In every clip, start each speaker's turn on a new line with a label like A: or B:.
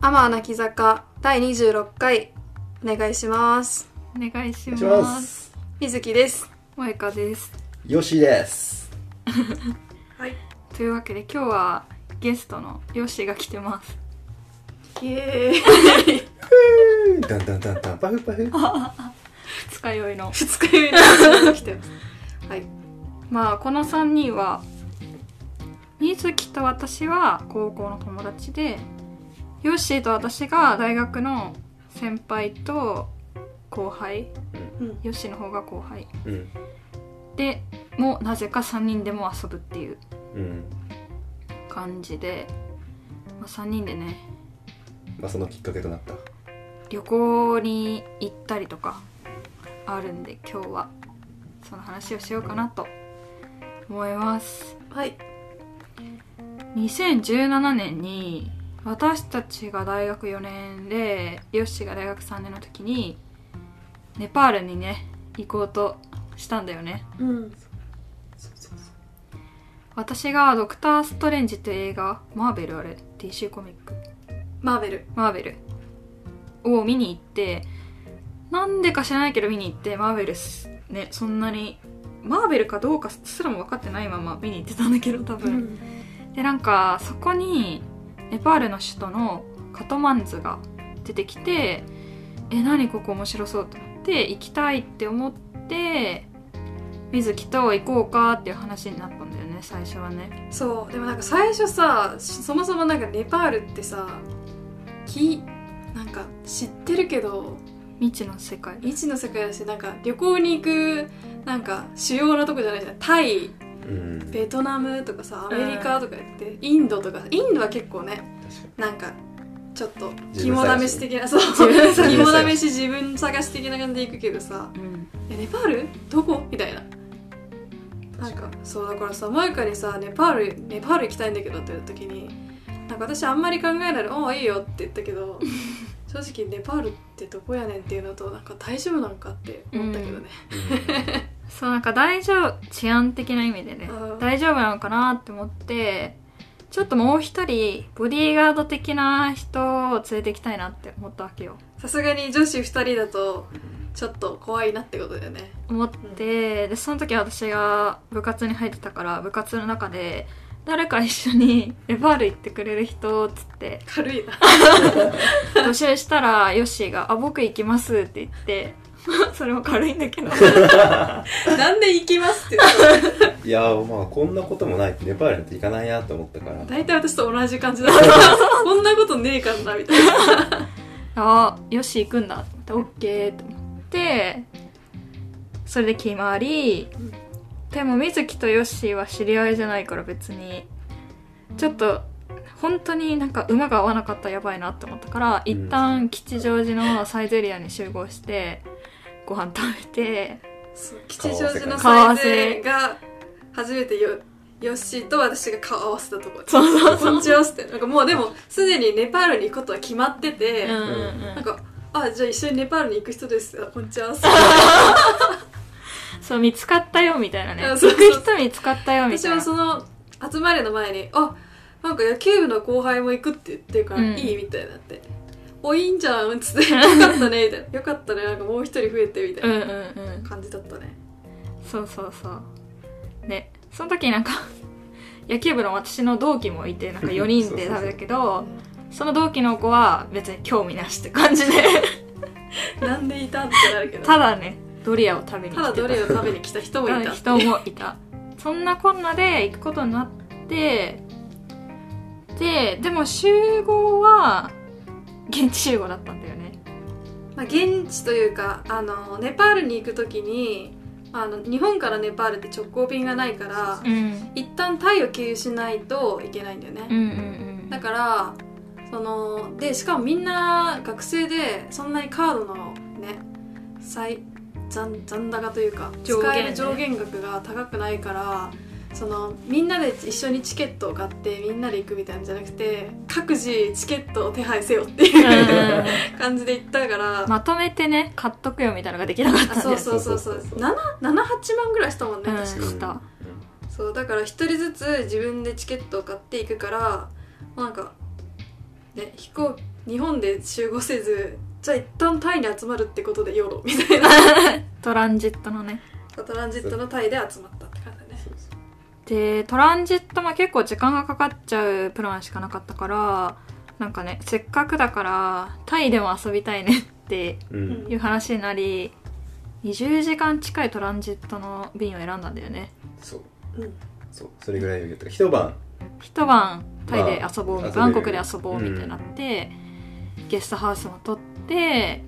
A: アマー泣き坂第26回お願いします
B: お願いし
C: お願
B: ま
C: い
B: す
C: します
A: 水木です
B: 萌香です
C: よしです
A: はい
B: というわけで今日はゲストのヨッシーが来てます
A: イエーイ
C: ふーダンダンダンダンパフパフ
B: 二日酔いの
A: 二日 酔いの来てますはい
B: まあこの3人は水木と私は高校の友達でヨッシーと私が大学の先輩と後輩
A: うん
B: ヨッシーの方が後輩
C: うん
B: でもうなぜか3人でも遊ぶっていう
C: うん
B: 感じで、まあ、3人でね
C: まあそのきっかけとなった
B: 旅行に行ったりとかあるんで今日はその話をしようかなと思います
A: はい
B: 2017年に私たちが大学4年でヨッシーが大学3年の時にネパールにね行こうとしたんだよね
A: うん
C: そうそうそ
B: 私が「ドクター・ストレンジ」という映画マーベルあれ DC コミック
A: マーベル
B: マーベルを見に行ってなんでか知らないけど見に行ってマーベルすねそんなにマーベルかどうかすらも分かってないまま見に行ってたんだけど多分、でなんかそこにネパールの首都のカトマンズが出てきてえ何ここ面白そうと思って行きたいって思って水木と行こうかっていう話になったんだよね最初はね
A: そうでもなんか最初さしそもそもなんかネパールってさきなんか知ってるけど
B: 未知の世界
A: 未知の世界だしなんか旅行に行くなんか主要なとこじゃないじゃんタイ
C: ううん確
A: ベトナムとかさアメリカとかやって、インドとかインドは結構ねなんかちょっと
C: 自分
A: 肝
C: 探し
A: 試し的なそう
B: 分
C: 探し
A: 肝試し自分探し的な感じで行くけどさ
B: うん
A: えネパールどこみたいな
C: か
A: な
C: に
A: んかそうだからさ萌香にさネパールネパール行きたいんだけどって言った時になんか私あんまり考えないで「おおいいよ」って言ったけ ど正直ネパールってどこやねんっていうのとなんか大丈夫なんかって思ったけどね、
B: そうなんか大丈夫治安的な意味でね
A: うん
B: 大丈夫なのかなって思ってちょっともう一人ボディーガード的な人を連れてきたいなって思ったわけよ
A: さすがに女子2人だとちょっと怖いなってことだよね
B: 思って、でその時私が部活に入ってたから部活の中で誰か一緒に ネパール行ってくれる人っつって
A: 軽いな
B: 募集したらヨッシーが「あ僕行きます」って言って それも軽いんだけど
A: なんで行きますって言ったの
C: うんいやーまあこんなこともないネパールなんて行かないなと思ったから
A: 大体私と同じ感じだ ったこんなことねえからなみたいな
B: あよし行くんだってオッケーと思ってそれで決まり、
A: うん
B: でも水木とヨッシーは知り合いじゃないから別にちょっと本当になんか馬が合わなかったらやばいなって思ったから、
C: うん
B: 一旦吉祥寺のサイゼリアに集合してご飯食べて
A: そう吉祥寺のサイゼが初めてよヨッシーと私が顔合わせたとこ
B: そうそう
A: こんにちはっつってなんかもうでもすでにネパールに行くことは決まってて、
B: うんうんう
A: なん
B: ん
A: かあじゃあ一緒にネパールに行く人ですあこんにちはっつって
B: そう見つかったよみたいなね
A: うん
B: 行
A: そうそう
B: く人見つかったよ み
A: 私
B: たい
A: は
B: な
A: その集まりの前に「あなんか野球部の後輩も行くって言ってるから、
B: うん
A: いい?」みたいになって「おいいんじゃん」っつって「よかったね」みたいな「よかったねなんかもう一人増えて」みた
B: う
A: い
B: んうん
A: な
B: うん
A: 感じだったね、
B: そうそうそうでその時なんか 野球部の私の同期もいてなんか4 人で食べたけどその同期の子は別に興味なしって感じで
A: なんでいたんってなるけど
B: ただねドリアを食べに来て
A: ただどれを食べに来た人もいた
B: 人もいたそんなこんなで行くことになってででも集合は現地集合だったんだよね
A: まあ、現地というかあのネパールに行く時にあの日本からネパールって直行便がないから
B: うん
A: 一旦タイを経由しないといけないんだよね、
B: うんうん
A: だからそのでしかもみんな学生でそんなにカードのね最残残高というか
B: 上限ね
A: 使える上限額が高くないからそのみんなで一緒にチケットを買ってみんなで行くみたいなんじゃなくて各自チケットを手配せよって
B: うんうん
A: いう
B: うん
A: 感じで行ったから、
B: まとめてね買っとくよみたいなのができなかったん
A: あ
B: だよ
A: そうそうそうそ
C: そううそうそう
A: 78万ぐらいしたもんね、
B: うん
A: 確か
B: 来た
A: そうだから1人ずつ自分でチケットを買っていくからまあなんかね飛行日本で集合せずじゃあ一旦タイに集まるってことでヨーロみたいな
B: トランジットのね
A: トランジットのタイで集まったって感じだね
C: そうそう
B: でトランジットも結構時間がかかっちゃうプランしかなかったからなんかねせっかくだからタイでも遊びたいねって
C: うん
B: いう話になり20時間近いトランジットの便を選んだんだよね
C: そう
A: うん
C: そうそれぐらいよかった一晩
B: 一晩タイで遊ぼう、
C: まあ
B: バンコ
C: 遊
B: ク
C: べ
B: で
C: る
B: 遊ぼうみたいになって、ゲストハウスも取って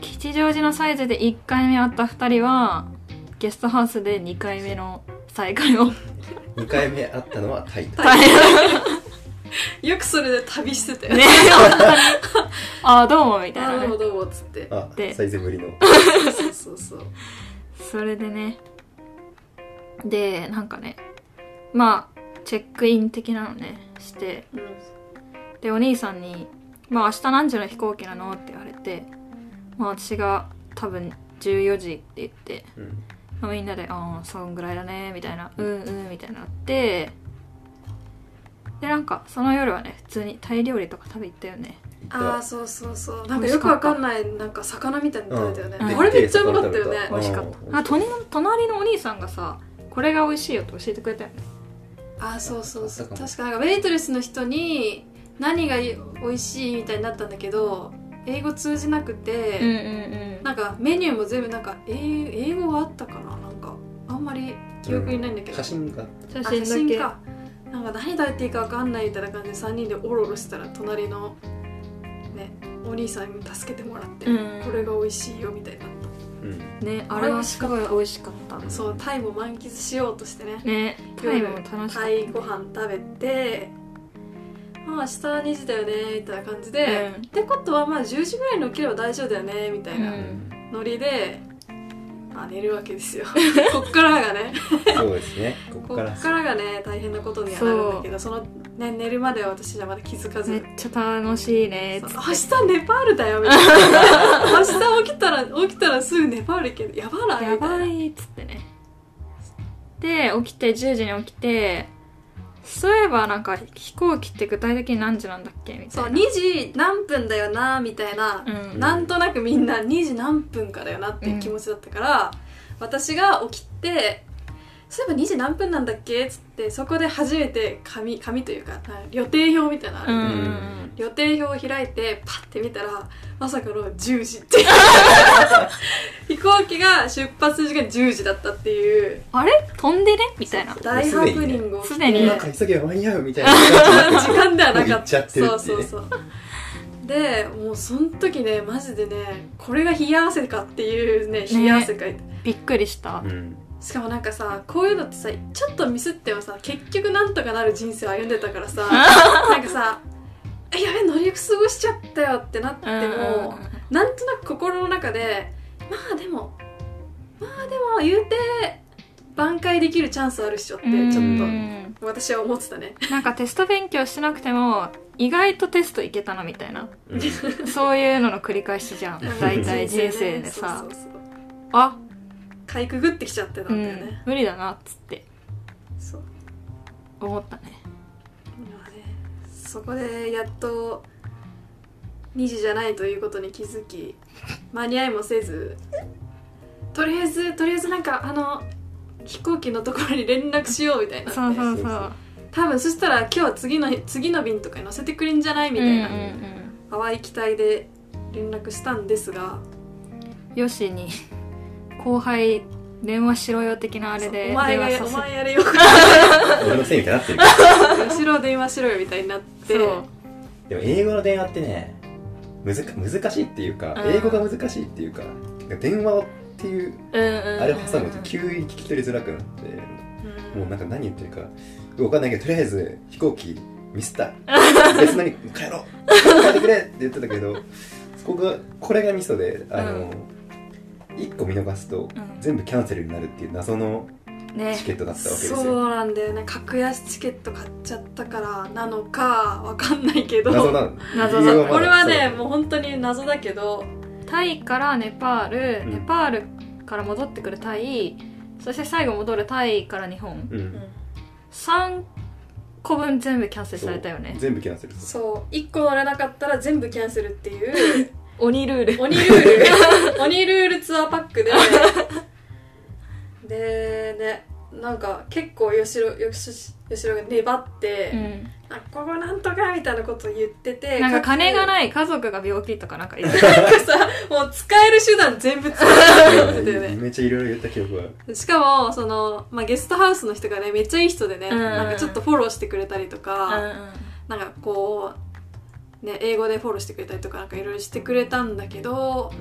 B: 吉祥寺のサイズで1回目会った2人はゲストハウスで2回目の再会を
C: 2回目会ったのはタイだ
A: タイ
B: ね
A: よくそれで旅してたよね
B: 本当にああどうもみた い
A: あど
B: な
A: う
B: ね
A: もどうもっつって
C: あ
B: で
C: サイズぶりの
A: そうそうそう
B: それでねでなんかねまあチェックイン的なのねして
A: うん
B: でお兄さんに「まあ明日何時の飛行機なの?」って言われて、まあ、私が多分14時って言って、
C: うん
B: まあ、みんなで「ああそんぐらいだね」みたいな「うんうん」みたいになってでなんかその夜はね普通にタイ料理とか食べ行ったよね
A: ああそうそうそうなんかよくわかんないなんか魚みたいなの食べたよね、
B: うん
A: あれめっちゃうまかったよね
C: うん
B: 美味しかったあとに隣のお兄さんがさこれが美味しいよって教えてくれたよね
A: あそうそうそう
C: あったかも
A: 確かなんかウェイトレスの人に何が美味しいみたいになったんだけど英語通じなくて、
B: うんうん
A: なんかメニューも全部なんか英英語があったかななんかあんまり記憶にないんだけど、
C: 写真が
B: 写
A: あ
B: 真
A: 写
B: だけ
A: 真かなんか何食べていいかわかんないみたいな感じで3人でオロオロしたら隣のねお兄さんに助けてもらって、
B: うん
A: これが美味しいよみたいな
C: うん
B: ねあれはすごい美味しかった
A: そうタイも満喫しようとしてね
B: ねタイも楽しかった
A: タイご飯食べてまあ明日2時だよねみたいな感じで、
B: うん
A: ってことはまあ10時ぐらいに起きれば大丈夫だよねみたいな
B: うん
A: ノリで、まあ、寝るわけ ですよこっからがね
C: そうですねこ
A: こ
C: こ
A: っ
C: から
A: からがね大変なことにはなるんだけどその、ね、寝るまでは私じゃまだ気づかず
B: めっちゃ楽しいね
A: そう
B: つっ
A: 明
B: て
A: 日ネパールだよみたい な明日起きたら起きたらすぐネパール行けるやばない
B: や
A: みたい
B: ば
A: ない
B: っつってねで起きて10時に起きてそういえばなんか飛行機って具体的に何時なんだっけみた
A: そう
B: いな
A: 2時何分だよなみたいな、
B: うん
A: なんとなくみんな2時何分かだよなっていう気持ちだったから、私が起きてそういえば2時何分なんだっけっつってそこで初めて紙紙というかなんか予定表みたいなのある
B: うんん
A: だ
B: う
A: けど、
B: ん
A: 予定表を開いてパッて見たらまさかの10時って 飛行機が出発時間10時だったっていう
B: あれ飛んでねみたいな
A: 大ハプニングを
B: すでにね
C: なんか急げば間に合うみたいな感
A: 時間ではな
C: もう
A: か
C: 行
A: っ
C: っちゃ
A: た
C: ってるってい
A: そうう
C: ね
A: そうそうでもうその時ねマジでねこれが冷や汗かっていうね冷や汗かいて、
B: びっくりした
C: じうん
A: しかもなんかさこういうのってさちょっとミスってもさ結局なんとかなる人生を歩んでたから さなんかさ「えやべ乗り過ごしちゃったよ」ってなっても、なんとなく心の中でまあでもまあでも言うて挽回できるチャンスあるっしょって
B: うんうん
A: ちょ
B: う
A: っ
B: ん
A: と私は思ってたね
B: なんかテスト勉強しなくても意外とテストいけたなみたいな
C: うん
B: そういうのの繰り返しじゃん大体人生でさ
A: そうそうそう
B: あ
A: かいくぐってきちゃってたんだよね、
B: 無理だなっつって
A: そう
B: 思ったね
A: まあねそこでやっと2時じゃないということに気づき間に合いもせずとりあえずとりあえずなんかあの飛行機のところに連絡しようみたいになって
B: そうそうそう
C: そうそう
A: 多分そしたら今日は次の次の便とかに乗せてくれんじゃないみたいな、
B: うんうん
A: 淡い期待で連絡したんですが
B: うんよしに後輩電話しろよ的なあれ
A: そう
B: で
A: お前
B: 電
A: が
B: 話
A: やお
B: さ
A: 前やれよ
C: 俺のせいみたいになってる
A: 後ろ電話しろよみたいになっ
B: せて
A: て
B: そう
C: でも英語の電話ってねむずか難しいっていうか
B: うん
C: 英語が難しいっていうかなんか電話っていう
B: うんうんうん
C: あれを挟むと急に聞き取りづらくなって
A: うん
C: もうなんか何言ってるか分かんないけどとりあえず飛行機ミスった とりあえず何帰ろう帰ってくれって言ってたけどそこがこれがミソであの、一個見逃すと
B: うん
C: 全部キャンセルになるっていう謎の
B: ね
C: チケットだったわけですよ、
A: そうなんだよね格安チケット買っちゃったからなのかわかんないけど
C: 謎なの
B: 謎
C: 理
B: だ
C: 由
A: これはね
C: まだ
A: もう本当に謎だけど
B: タイからネパール、
C: うん
B: ネパールから戻ってくるタイそして最後戻るタイから日本
C: そううん
A: うん
B: 3個分全部キャンセルされたよね
C: 全部キャンセルす
A: そう1個乗れなかったら全部キャンセルっていう
B: 鬼ルール
A: 鬼ルール鬼ルールツアーパックででねなんか結構吉ろ吉吉ろが粘って、
B: うん、
A: あここなんとかみたいなこと言ってて
B: なんか金 が
A: い
B: ない家族が病気とかなんか言って
A: なんかさもう使える手段全部使って言ってたよね
C: めっちゃいろいろ言った記憶は
A: しかもその、まあ、ゲストハウスの人がねめっちゃいい人でね、
B: うん
A: なんかちょっとフォローしてくれたりと
B: う
A: か、
B: ん
A: なんかこう、ね、英語でフォローしてくれたりとかなんかいろいろしてくれたんだけど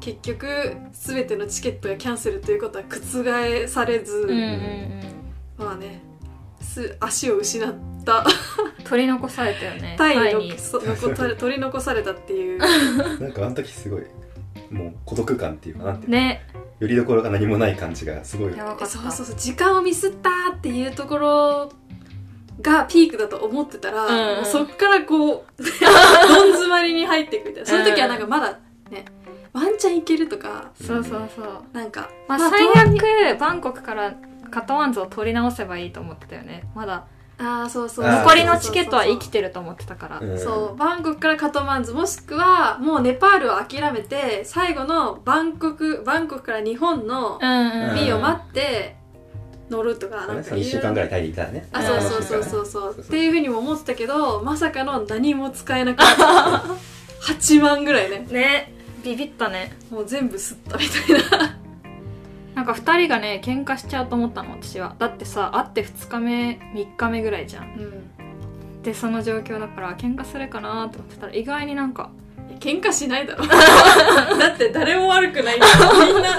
A: 結局全てのチケットがキャンセルということは覆されず、
B: うんうんうん
A: まあねす足を失った
B: 取り残されたよね
A: タイ
B: タイ
A: に
B: に
A: 残残取り取り残されたっていう
C: なんかあの時すごいもう孤独感っていうかなんていう
B: ね
C: よりどころが何もない感じがすごい
B: やばかった
A: そうそうそう時間をミスったっていうところがピークだと思ってたら、
B: うんうん
A: もうそっから こうどん詰まりに入っていくみたいなその時はなんかまだねワンチャンいけるとか
B: そうそうそう
A: なんか、
B: まあ
A: どう
B: 最悪バンコクからカトワンズを取り直せばいいと思ってたよねまだ
A: ああそうそう
C: あー
B: 残りのチケットは生き
A: て
B: てると思ってたから
C: うん
A: そうバンコクからカトマンズもしくはもうネパールを諦めて最後のバンコクバンコクから日本の
B: うんうん
A: 便を待って乗るとかなんか
C: 1週間ぐ
A: いろいろ
C: らいタイにいたらね
A: あ
B: う
A: そ
B: ん
A: うそうそうそううそう
C: そうそう
A: っていうふうにも思ってたけどまさかの何も使えなかった8万ぐらいね
B: ねビビったね
A: もう全部吸ったみたいな
B: なんか2人がね喧嘩しちゃうと思ったの私はだってさ会って2日目3日目ぐらいじゃんでその状況だから喧嘩するかなと思ってたら意外になんか
A: いや喧嘩しないだろだって誰も悪くないんだよ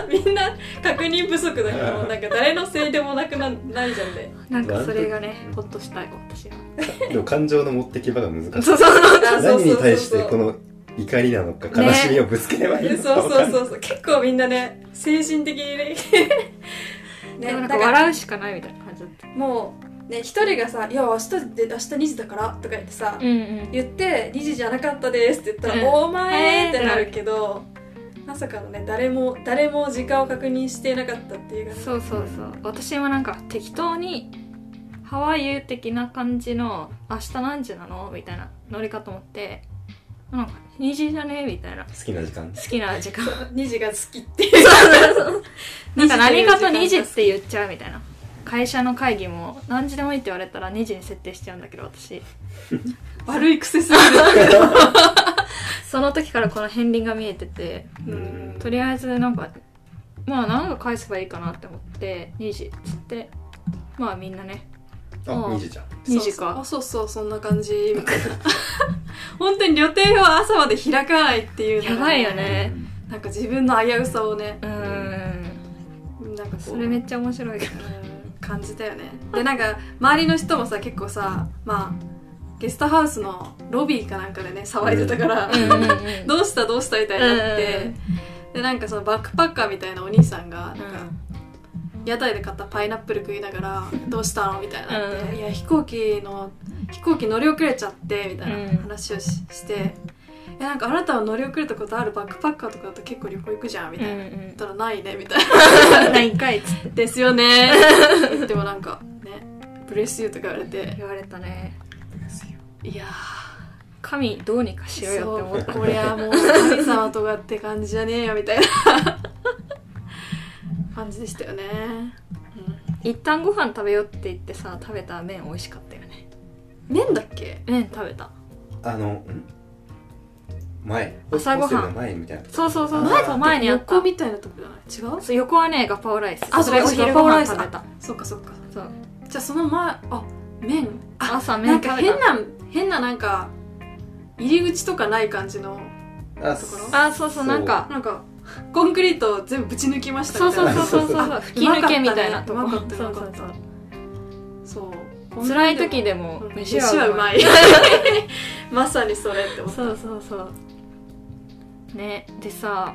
A: みんなみんな確認不足だからもうなんか誰のせいでもなくなないじゃんで
B: なんかそれがねほっとしたい私は
C: でも感情の持ってき場が難しい
B: そうそうそう
C: 何に対してこの怒りなのか
B: ね
C: 悲しみをぶつければいい
A: え
C: のか
A: そう
C: わか
A: そうん
C: ない
A: そうそう結構みんなね精神的にねね
B: でもなん
A: だ
B: か
A: から
B: 笑うしかないみたいな感じだった
A: もうね一人がさ「いや明日で明日2時だから」とか言ってさ、
B: うんうん
A: 言って「2時じゃなかったです」って言ったら「
B: うん
A: お前!」ってなるけど、まさかのね誰も誰も時間を確認していなかったっていうかね
B: そうそうそう私はなんか適当にハワイユー的な感じの明日何時なのみたいなノリかと思ってなんか2時じゃねみたいな好
C: 好きな時間
B: きな時 間
A: 2時が好きっていう
B: なんか何かと2
A: 2時
B: 時って言っちゃうみたいな会社の会議も何時でもいいって言われたら2時に設定しちゃうんだけど私
A: 悪い癖すぎる
B: その時からこの片鱗が見えてて
A: うん
B: とりあえずなんかまあ何か返せばいいかなって思って2時っつってまあみんなね
C: あ
B: うん
C: 2時じゃん
B: 2時か
A: そうそうあそうそうそんな感 じみたいな本当に予定を朝まで開かないっていうのが
B: やばいよね
A: なんか自分の危うさをね
B: うーん
A: なんかこう
B: それめっちゃ面白いけど
A: うん感じたよねでなんか周りの人もさ結構さまあゲストハウスのロビーかなんかでね騒いでたから、
B: うん
A: どうしたどうしたみたいになって、でなんかそのバックパッカーみたいなお兄さんがなんか、屋台で買ったパイナップル食いながら「どうしたの?」みたいになって「
B: うん
A: いや飛行機の飛行機乗り遅れちゃって」みたい
B: うん
A: な話をしして「えなんかあなたは乗り遅れたことあるバックパッカーとかだと結構旅行行くじゃん」みたいな。言ったらないねみたいな
B: 何回っつって
A: 「ですよね」 でもなんかね「ブレスユー」とか言われて
B: 言われたね
A: いや
B: 神どうにかしろよって思っ
A: ー
B: た
A: こりゃもう神様とかって感じじゃねえよみたいな感じでしたよね、うん
B: 一旦ご飯食べようって言ってさ食べた麺美味しかったよね
A: 麺だっけ
B: 麺食べた
C: あのん前
B: 朝ごはん
C: ホステルの前みたいな
B: そうそうそう
C: 前
B: そう前にあった
A: 横みたいなとこじゃない違う
B: そう横はねガパオライス
A: あ
B: それお
A: そうそう
B: 昼ご飯
A: ガ
B: 食
A: パ
B: べ
A: オライス
B: た
A: そっかそっか
B: そう
A: じゃあその前あ麺あな
B: 朝
A: ん
B: 麺
A: か
B: 食
A: 変
B: べ
A: な変ななんか入り口とかない感じの
C: あ
A: ところ
B: たあそうそうなんか
A: なんかコンクリートを全部ぶち抜きました
B: そう
A: みたい
B: そ
A: な
B: うそうそう
C: そうそう
B: そう吹き抜けみたいなと
A: う
B: こ
A: ま
B: そ
A: か
B: う
A: った
B: そ
A: よ
B: う
A: うまかった
B: そ
A: よ
B: う
A: そう
B: 辛い時でも
A: うん
B: 飯
A: 飯
B: は
A: は
B: う
A: う
B: ま
A: ま
B: い
A: い まさにそれって思った
B: そうそうそうねでさ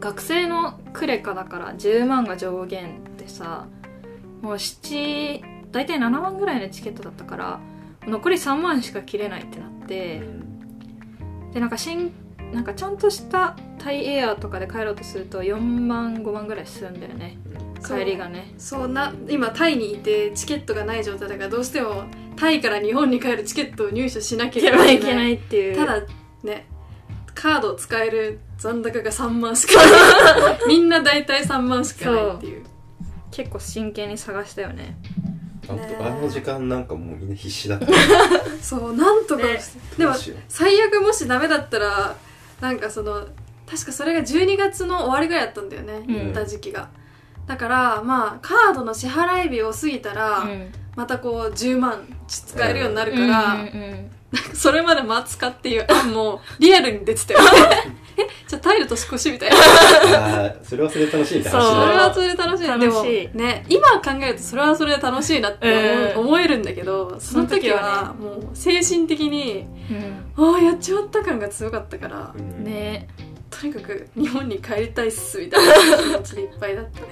B: 学生のクレカだから10万が上限でさもう7大体7万ぐらいのチケットだったから残り3万しか切れないってなって
C: うん
B: でなんか新なんかちゃんとしたタイエアとかで帰ろうとすると4万5万ぐらいするんだよね
A: そう
B: 帰りがね
A: そうな今タイにいてチケットがない状態だからどうしてもタイから日本に帰るチケットを入手しなけ
B: いけ
A: れ
B: な
A: ば
B: い
A: い
B: いけ
A: け
B: な
A: ない
B: いっていう
A: ただねカード使える残高が3万しかない みんな大体3万しかないっていう
B: 結構真剣に探したよね
C: あの
A: ねえ
C: あの時間なんかもうみんな必 死だから
A: そうなんとか
B: ね
A: して、でも
C: どうしよう
A: 最悪もしダメだったらなんかその確かそれが12月の終わりぐらいだったんだよね、
B: うん
A: 行った時期がだからまあカードの支払い日を過ぎたら、
B: うん
A: またこう10万使えるようになるから、
B: うんうんうん
A: それまで待つかっていう案もリアルに出 てたよえじゃあタイル年越しみたいな
C: あーそれはそれで楽しいって話
B: そう
A: それ
C: だ
A: はそれで楽しい
B: 楽し
A: で
B: い
A: もね今考えるとそれはそれで楽しいなって思う
B: うん
A: 思えるんだけどその時
B: その
A: はもう精神的にああやっちまった感が強かったから
C: うん
B: うんね
A: とにかく日本に帰りたいっすみたいな気持ちでいっぱいだったね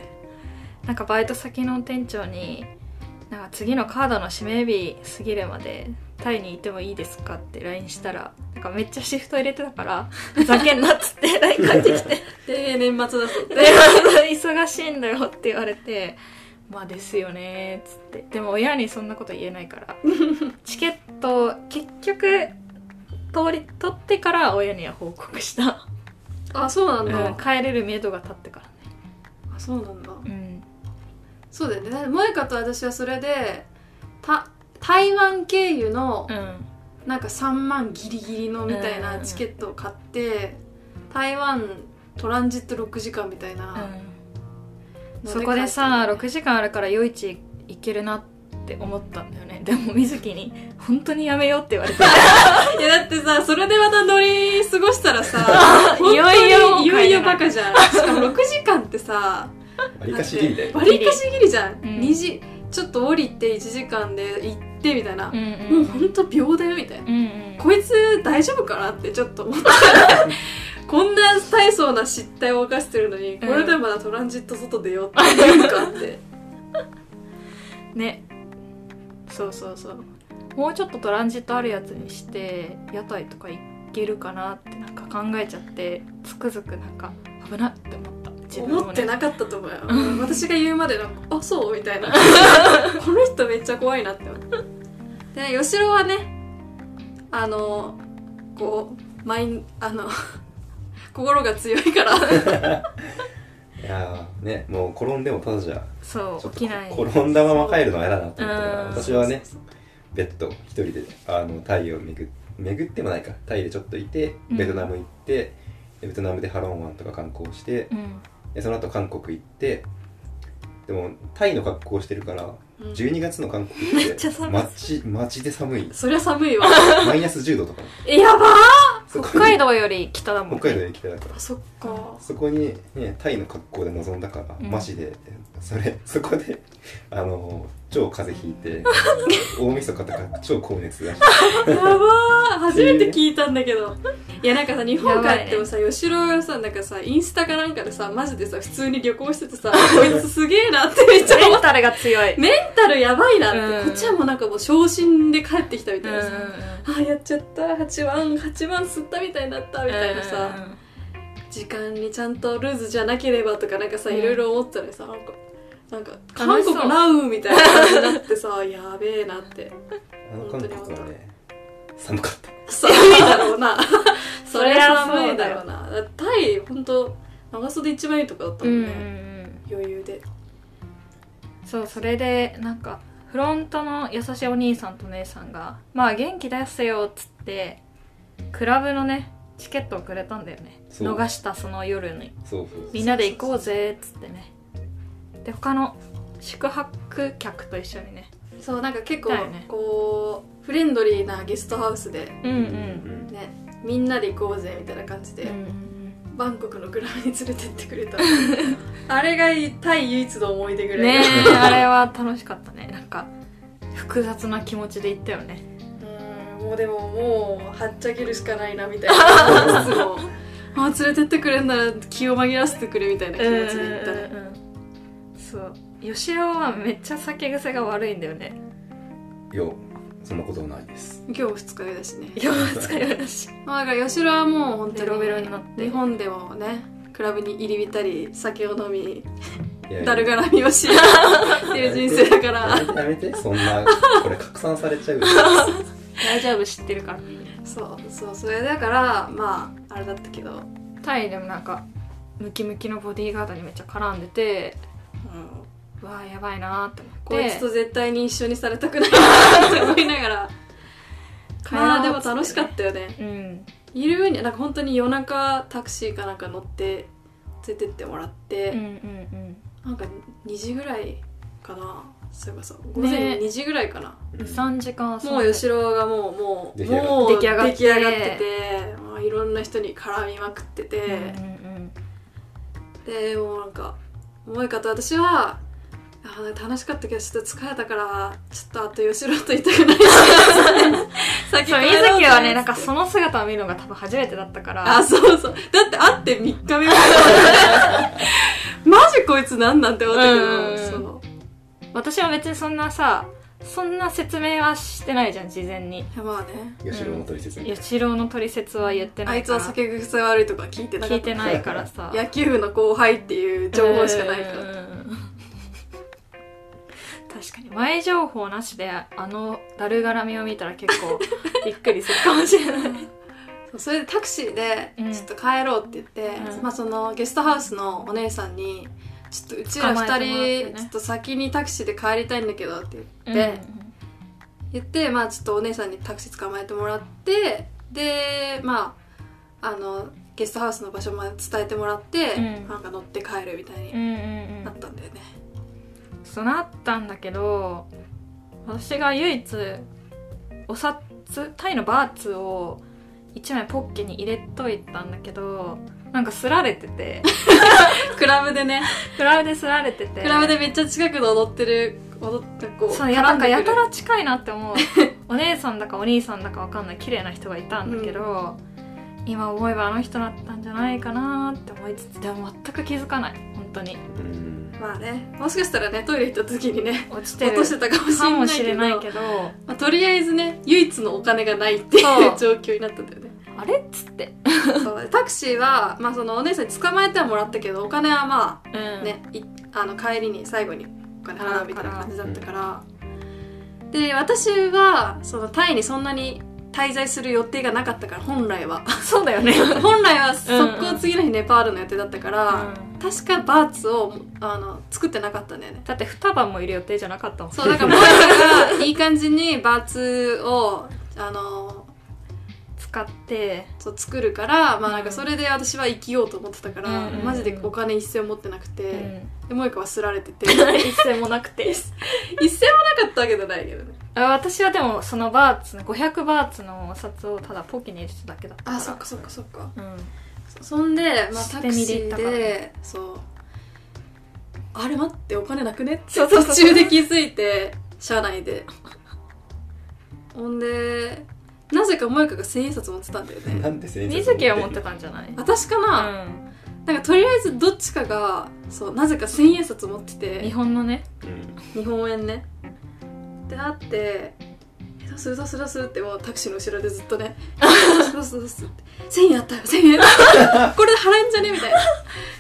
B: なんかバイト先の店長になんか次のカードの締め日過ぎるまでタイにいてもいいですかって LINE したらなんかめっちゃシフト入れてたからふざけんなっつって LINE 返ってきて
A: で年末だそう
B: で忙しいんだよって言われてまあですよねっつってでも親にそんなこと言えないからチケット結局通り取ってから親には報告した、
A: あそうなんだ、
B: うん帰れるめどが立ってからね
A: あそうなんだ
B: うん
A: そうだよね萌香と私はそれでた台湾経由の
B: うん
A: なんか3万ギリギリのみたいなチケットを買って、台湾トランジット6時間みたいな、
B: そこでさ
A: 6
B: 6時間あるから夜市行けるなって思ったんだよね でも水木に「本当にやめよう」って言われて
A: いやだってさそれでまた乗り過ごしたらさ本当に
B: いよい よ
A: いよいよバカじゃんしかも6時間ってさ
C: わりかしギリだよ
A: わりかしギリじゃん、
B: うん
A: 2時ちょっと降りて1時間で行ってみたいな、
B: ん
A: もうほんと秒だよみたいな、
B: うんうん
A: こいつ大丈夫かなってちょっと思った こんな大層な失態を犯してるのにこれでまだトランジット外出ようって言うかって
B: ねそうそうそうもうちょっとトランジットあるやつにして屋台とか行けるかなってなんか考えちゃってつくづくなんか危なって思った 自分も、ね、
A: 思ってなかったと思うよ
B: うん
A: 私が言うまでなんか「あそう?」みたい なこの人めっちゃ怖いなって思ってで吉郎はねあのこうマインあの 心が強いから
C: いやーねもう転んでもただじゃ
B: そう起
C: ちょ
B: き
C: っ
B: ない
C: と転んだまま帰るのは嫌だなと思ったから
B: うん
C: 私はねベッド一人であのタイを巡っ巡ってもないかタイでちょっといて
B: うん
C: ベトナム行って、でベトナムでハロンワンとか観光して
B: うん
C: でその後韓国行ってでもタイの格好をしてるから
A: うん
C: 12月の韓国って
B: めっちゃ寒い
C: 街街で寒い
A: そりゃ寒いわ
C: マイナス10度とか
B: え やば
C: そこに
B: 北海道より 北だもん、ね、
C: 北海道へ来たから
A: あそっか
C: そこに、ね、タイの格好で臨んだから、
B: うん
C: マジでそれそこであの超風邪ひいて大晦日とか超高熱出して
A: やばー初めて聞いたんだけどいやなんかさ日本帰ってもさ吉郎がさなんかさインスタかなんかでさマジでさ普通に旅行しててさこいつすげえなってめっちゃ思った
B: メンタルが強い
A: メンタルやばいなって、
B: うん
A: こっちはもうなんかもう昇進で帰ってきたみ
B: う
A: た
B: ん
A: い
B: うんう
A: なさ、あやっちゃった8万8万吸ったみたいになったみたい
B: ん
A: なさ、時間にちゃんとルーズじゃなければとかなんかさ、
B: うん
A: いろいろ思ってたのにさなんかなんか
B: 楽
A: 韓
B: しそう
A: 国ラウみたいな感じになってさやべえなって
C: あの韓国はね寒かった
A: 寒いだろうなそりゃ
B: そりゃ
A: 寒
B: そう
A: いだ
B: だよ
A: ろうなだってタイほんと長袖一番いいとこだった
B: う
A: も
B: んうんんう
A: ね、
B: ん
A: 余裕で
B: そうそれでなんかフロントの優しいお兄さんと姉さんが「まあ元気出せよ」っつってクラブのねチケットをくれたんだよね
C: そう
B: 逃したその夜に
C: そうそう
B: みんなで行こうぜっつってねで他の宿泊客と一緒にね
A: そうなんか結構、
B: だよね
A: こうフレンドリーなゲストハウスで
B: うん
C: う
B: うんん
A: ねみんなで行こうぜみたいな感じで、バンコクのグラムに連れてってくれ たあれがタイ唯一の思い出ぐらい
B: ねえあれは楽しかったねなんか複雑な気持ちで行ったよね
A: うんもうでももうはっちゃけるしかないなみたいなそう あー連れてってくれんなら気を紛らわせてくれみたいな気持ちで行ったね
B: うんうんうんうんそう吉郎はめっちゃ酒癖が悪いんだよね
C: いやそんなことはないです
A: 今日2日目だしね
B: いや 使い話
A: まあだから吉郎はもう本当に
B: ベロベロになって
A: 日本でもねクラブに入り浸り酒を飲み
C: いやいや
A: だるがらみをしよ うっていう人生だか
C: や
A: ら
C: めてやめてそんなこれ拡散されちゃうよ
B: 大丈夫知ってるからみんな
A: そうそうそれだからまああれだったけど、うん、
B: タイでもなんかムキムキのボディーガードにめっちゃ絡んでてうわーやばいなーって
A: こ
B: 思
A: い
B: っ
A: つ
B: て
A: と絶対に一緒にされたくないなって思いなが ら
B: 帰ろう
A: まあでも楽しかったよね
B: うん
A: いる分にはなんか本当に夜中タクシーかなんか乗ってついてってもらって、
B: うんうん
A: なんか2時ぐらいかなそういえばさ午前2時ぐらいかな、
B: うん23時間遊んで
A: もう吉郎がもうもう
C: 出来上がっ
A: もう
B: 出来上がっ
A: 出
B: て
A: 来上がっててまあいろんな人に絡みまくってて、
B: うんうん
A: でもうなんか萌香と私はあー楽しかったけどちょっと疲れたからちょっとあと吉郎といたく ないし先
B: そう
A: 帰ろう
B: 水木はねなんか
A: っつって
B: その姿を見るのが多分初めてだったから
A: あそうそうだって会って3日目ぐらいマジこいつなんなんて思ったけど、
B: うんうんうん
A: そう
B: 私は別にそんなさそんな説明はしてないじゃん事前に
A: いやまあね
C: 吉郎の取説に
B: 吉郎の取説は言って
A: あ
B: ないい
A: つ
B: か
A: は
B: ら
A: 酒癖悪いとか聞いてなか
B: 聞
A: っ
B: い
A: た
B: てないからさ
A: 野球部の後輩っていう情報しかないから、
B: うんうんうん確かに前情報なしであのだるがらみを見たら結 構びっくりするかもしれない
A: そうそれでタクシーで
B: うん
A: ちょっと帰ろうって言って、
B: うん
A: まあ、そのゲストハウスのお姉さんに「ちょっとうちら
B: 捕まえてもらって
A: 2人
B: ね
A: ちょっと先にタクシーで帰りたいんだけど」って言って、
B: で、
A: 言ってまあちょっとお姉さんにタクシー捕まえてもらってでまああのゲストハウスの場所まで伝えてもらって、
B: うん
A: なんか乗って帰るみたい
B: うん
A: に
B: うんう
A: なっ
B: ん
A: たんだよね。
B: そうなったんだけど私が唯一お札タイのバーツを1枚ポッケに入れといたんだけどなんかすられてて
A: クラブでね
B: クラブですられてて
A: クラブでめっちゃ近くで踊ってる踊ってこう
B: そうやなんかやた
A: 絡んで
B: ら近いなって思うお姉さんだかお兄さんだかわかんない綺麗な人がいたんだけど、今思えばあの人だったんじゃないかなって思いつつでも全く気づかない本当に
C: うん
A: くるまあねもしかしたらねトイレ行った時にね
B: 落ちて
A: 落
B: る
A: としてたかもし
B: か
A: れな
B: も
A: い
B: し
A: け
B: れ
A: ど
B: ないけど
A: まあ、とりあえずね唯一のお金がないっていう
B: そう
A: 状況になったんだよね
B: あれっつって
A: そうタクシーは、まあ、そのお姉さんに捕まえてはもらったけどお金はまあ
B: うん
A: ね、いあの帰りに最後にお金払うみたいな感じだったから、で私はそのタイにそんなに滞在する予定がなかったから本来 は
B: そうだよね、
A: 本来は速攻次の日ネパールの予定だったから、確かバーツをあの作ってなかったんだよね
B: だって双葉もいる予定じゃなかったもん
A: そうだ から萌えがいい感じにバーツをあの
B: 使って
A: そう作るからまあなんかそれで私は生きようと思ってたから、
B: うん
A: マジでお金一銭持ってなく
B: う
A: て、
B: ん
A: で萌香はすられて て
B: 一銭もなく て
A: 一銭もなかったわけじゃないけどね
B: あ私はでもそのバーツの500バーツのお札をただポッケに入れてただけだったから
A: あそっかそっかそっか
B: うん
A: そそんで、まあ、
B: 捨
A: タ
B: て
A: ク
B: 身
A: シ
B: で行っ
A: ー
B: たから
A: でそうあれ待ってお金なくねって
B: そうそうそう
A: 途中で気づいて車内でほんでなぜか萌香が千円札持ってたんだよね
C: なんで先生
B: 水木は持ってたんじゃない
A: 私かな、
B: う
A: なんかとりあえずどっちかがそうなぜか千円札持ってて
B: ん、日本のね
C: うん
A: 日本円ねってなってえどうするどうするどうするってもうタクシーの後ろでずっと ねどうするどうするどうするって1000円あったよ1000円これで払えんじゃねみたいな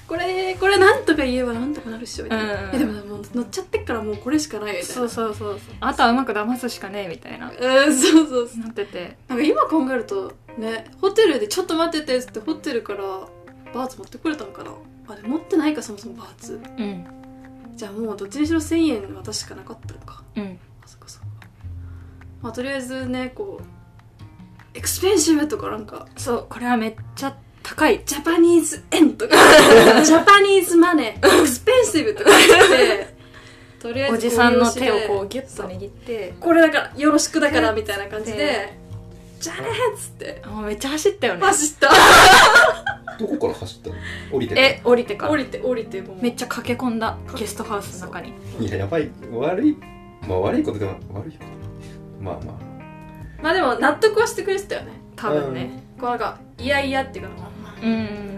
A: これこれなんとか言えばなんとかなるっしょみたいな、
B: うんうん
A: えでももう乗っちゃってっからもうこれしかないよみたいな
B: そうそうそうそうあとはうまく騙すしかねえみたいな
A: うんそうそうそう
B: なってて
A: なんか今考えるとねホテルでちょっと待っててっつってホテルからバーツ持ってくれたのかなあれ持ってないかそもそもバーツ
B: うん
A: じゃあもうどっちにしろ1000円渡すしかなかったのか
B: うん
A: あそっかそっかまあとりあえずねこうエクスペンシブとかなんか
B: そうこれはめっちゃ高い
A: ジャパニーズ円 とかジャパニーズマネーエクスペンシブとか言ってとりあえず
B: おじさんの手をこ
A: こ
B: うギュッと握って
A: うこれだからよろしくだからみたいな感じでじゃあねっつって
B: あもうめっちゃ走ったよね
A: 走った
C: どこから走ったの降りてた
B: え降りてか
A: 降
B: ら
A: りて降りてもう
B: めっちゃ駆け込んだゲストハウスの中に
C: いややばい悪いまあ悪いことでも悪いことまあま
A: まあでも納得はしてくれてたよね
B: 多分ね
A: こうなんかいやいやっていうか
B: うん、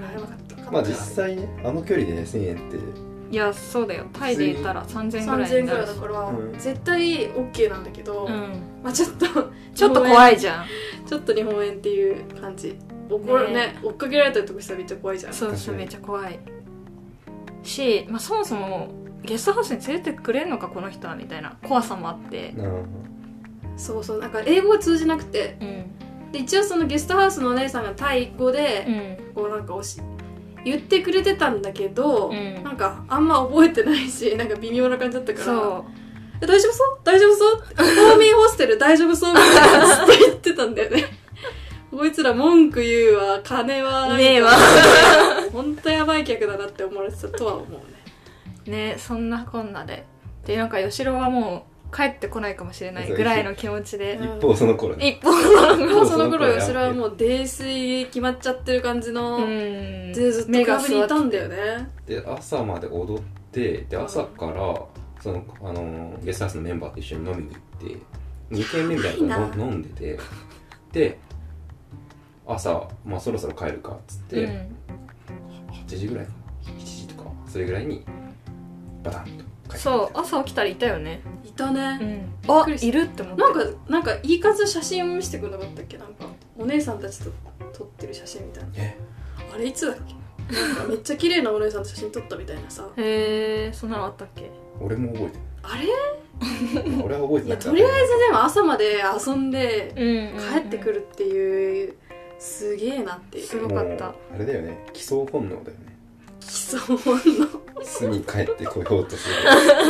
A: あやばかった
C: あまあ実際ねあの距離で1000円って
B: いやそうだよタイでいたら3000円ぐらい
A: 3000
B: に
A: ぐ
B: な
A: らい
B: る
A: だ
B: し
A: から、
C: うん
A: 絶対 OK なんだけど、
B: うん、
A: まあちょっと
B: ちょっと怖
A: い
B: いじゃん
A: ちょっと日本円っていう感じ怒るね
B: ね
A: 追っかけられたりとかしたらめっちゃ怖いじゃん
B: そうそう
C: 確かに
B: めっちゃ怖いし、まあ、そもそもゲストハウスに連れてってくれるのかこの人はみたいな怖さもあって、
C: なるほど
A: そうそうなんか英語が通じなくて
B: うん
A: で一応そのゲストハウスのお姉さんがタイ語
B: う
A: で、
B: ん
A: こうなんかおし言ってくれてたんだけど、
B: うん
A: なんかあんま覚えてないし なんか微妙な感じだったから
B: そう
A: え大丈夫そう大丈夫そうホーミーホステル大丈夫そうみたいなって言ってたんだよ ね。こいつら文句言うわ、金は。
B: ね えわ。
A: ほんとやばい客だなって思われてたとは思うね。
B: ねそんなこんなででなんか吉郎はもう帰ってこないかもしれないぐらいの気持ちで
A: うん
C: 一方その頃ね
B: 一方
A: もうその頃、
C: そう
A: 吉田はもう泥酔決まっちゃってる感じの、
B: うん
A: でずっとクラブにいたんだよね。
C: で朝まで踊ってで
A: うん
C: 朝からその、あのーゲストハウスのメンバーと一緒に飲みに行って2軒目みたい
A: や
C: な
A: ば
C: の
A: いな
C: 飲んでてで朝、まあ、そろそろ帰るかっつって、
B: うん
C: 8時ぐらい7時とかそれぐらいにバタンと帰ってきて
B: そう朝起きたらいたよね、
A: いたね。
B: あいるって思って
A: なんか、なんかいい感じの写真見せてくれなかったっけなんか、お姉さんたちと撮ってる写真みたいな。
C: え
A: あれいつだっ けなんかめっちゃ綺麗なお姉さんと写真撮ったみたいなさ。
B: へえそんなのあったっけ
C: 俺も覚えて
A: あれ
C: る俺は覚えて
A: い
C: な
A: や
C: い
A: とりあえずでも朝まで遊んで
B: うん
A: 帰ってくるっていう、すげえなっていう
B: すご
A: 基
B: いよかった
C: もうあれだよね基礎本能だよね
A: 礎本 能
C: 巣に帰ってこようとする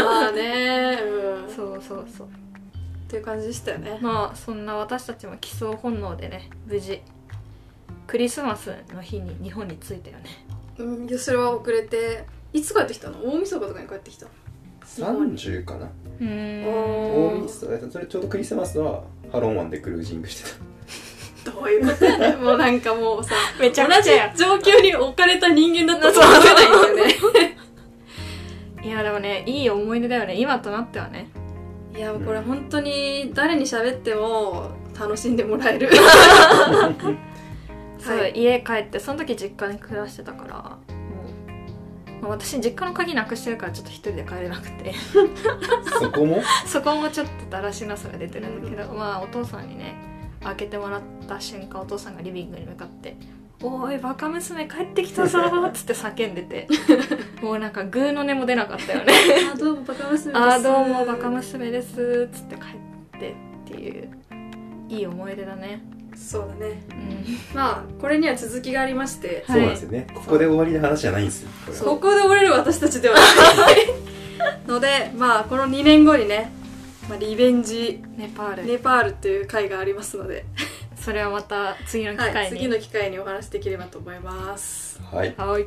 A: まあねうんっ
B: そうそうそう
A: ていう感じでしたよね
B: まあそんな私たちも基礎本能でね無事クリスマスの日に日本に着いたよね
A: うん吉郎は遅れていつ帰ってきたの大晦日とかに帰ってきたの
C: 30かな
B: う
A: お
B: ん
A: ー
C: 大晦日それちょうどクリスマスはハロン湾でクルージングしてた
A: どういうことやね もうなんかもうさ
B: めち
A: 同
B: ゃく
A: じ
B: ちゃや
A: 状況に置かれた人間だったとは思えないんだよ ね
B: いやでもねいい思い出だよね今となってはね
A: いやこれ本当に誰に喋っても楽しんでもらえる
B: そう、
A: はい
B: 家帰ってその時実家に暮らしてたからもう、まあ私実家の鍵なくしてるからちょっと一人で帰れなくて
C: そこも
B: そこもちょっとだらしなさが出てるんだけど、まあお父さんにね開けてもらった瞬間お父さんがリビングに向かって「おーいバカ娘帰ってきたぞ」っつって叫ん でてもうなんかグーの音も出なかったよね
A: あどうもバカ娘です
B: ああどうもバカ娘ですっつって帰ってっていういい思い出だね
A: そうだね
B: うん
A: まあこれには続きがありまして
C: そうなんですよねここで終わりの話じゃないんですよこれは
A: ここで折れる私たちではないのでまあこの2年後にね、まあ、リベンジ
B: ネパール、
A: ネパールっていう回がありますので、
B: それはまた次の機
A: は
B: 会
A: い、
B: に、
A: 次の機会にお話しできればと思います
C: はい
B: はい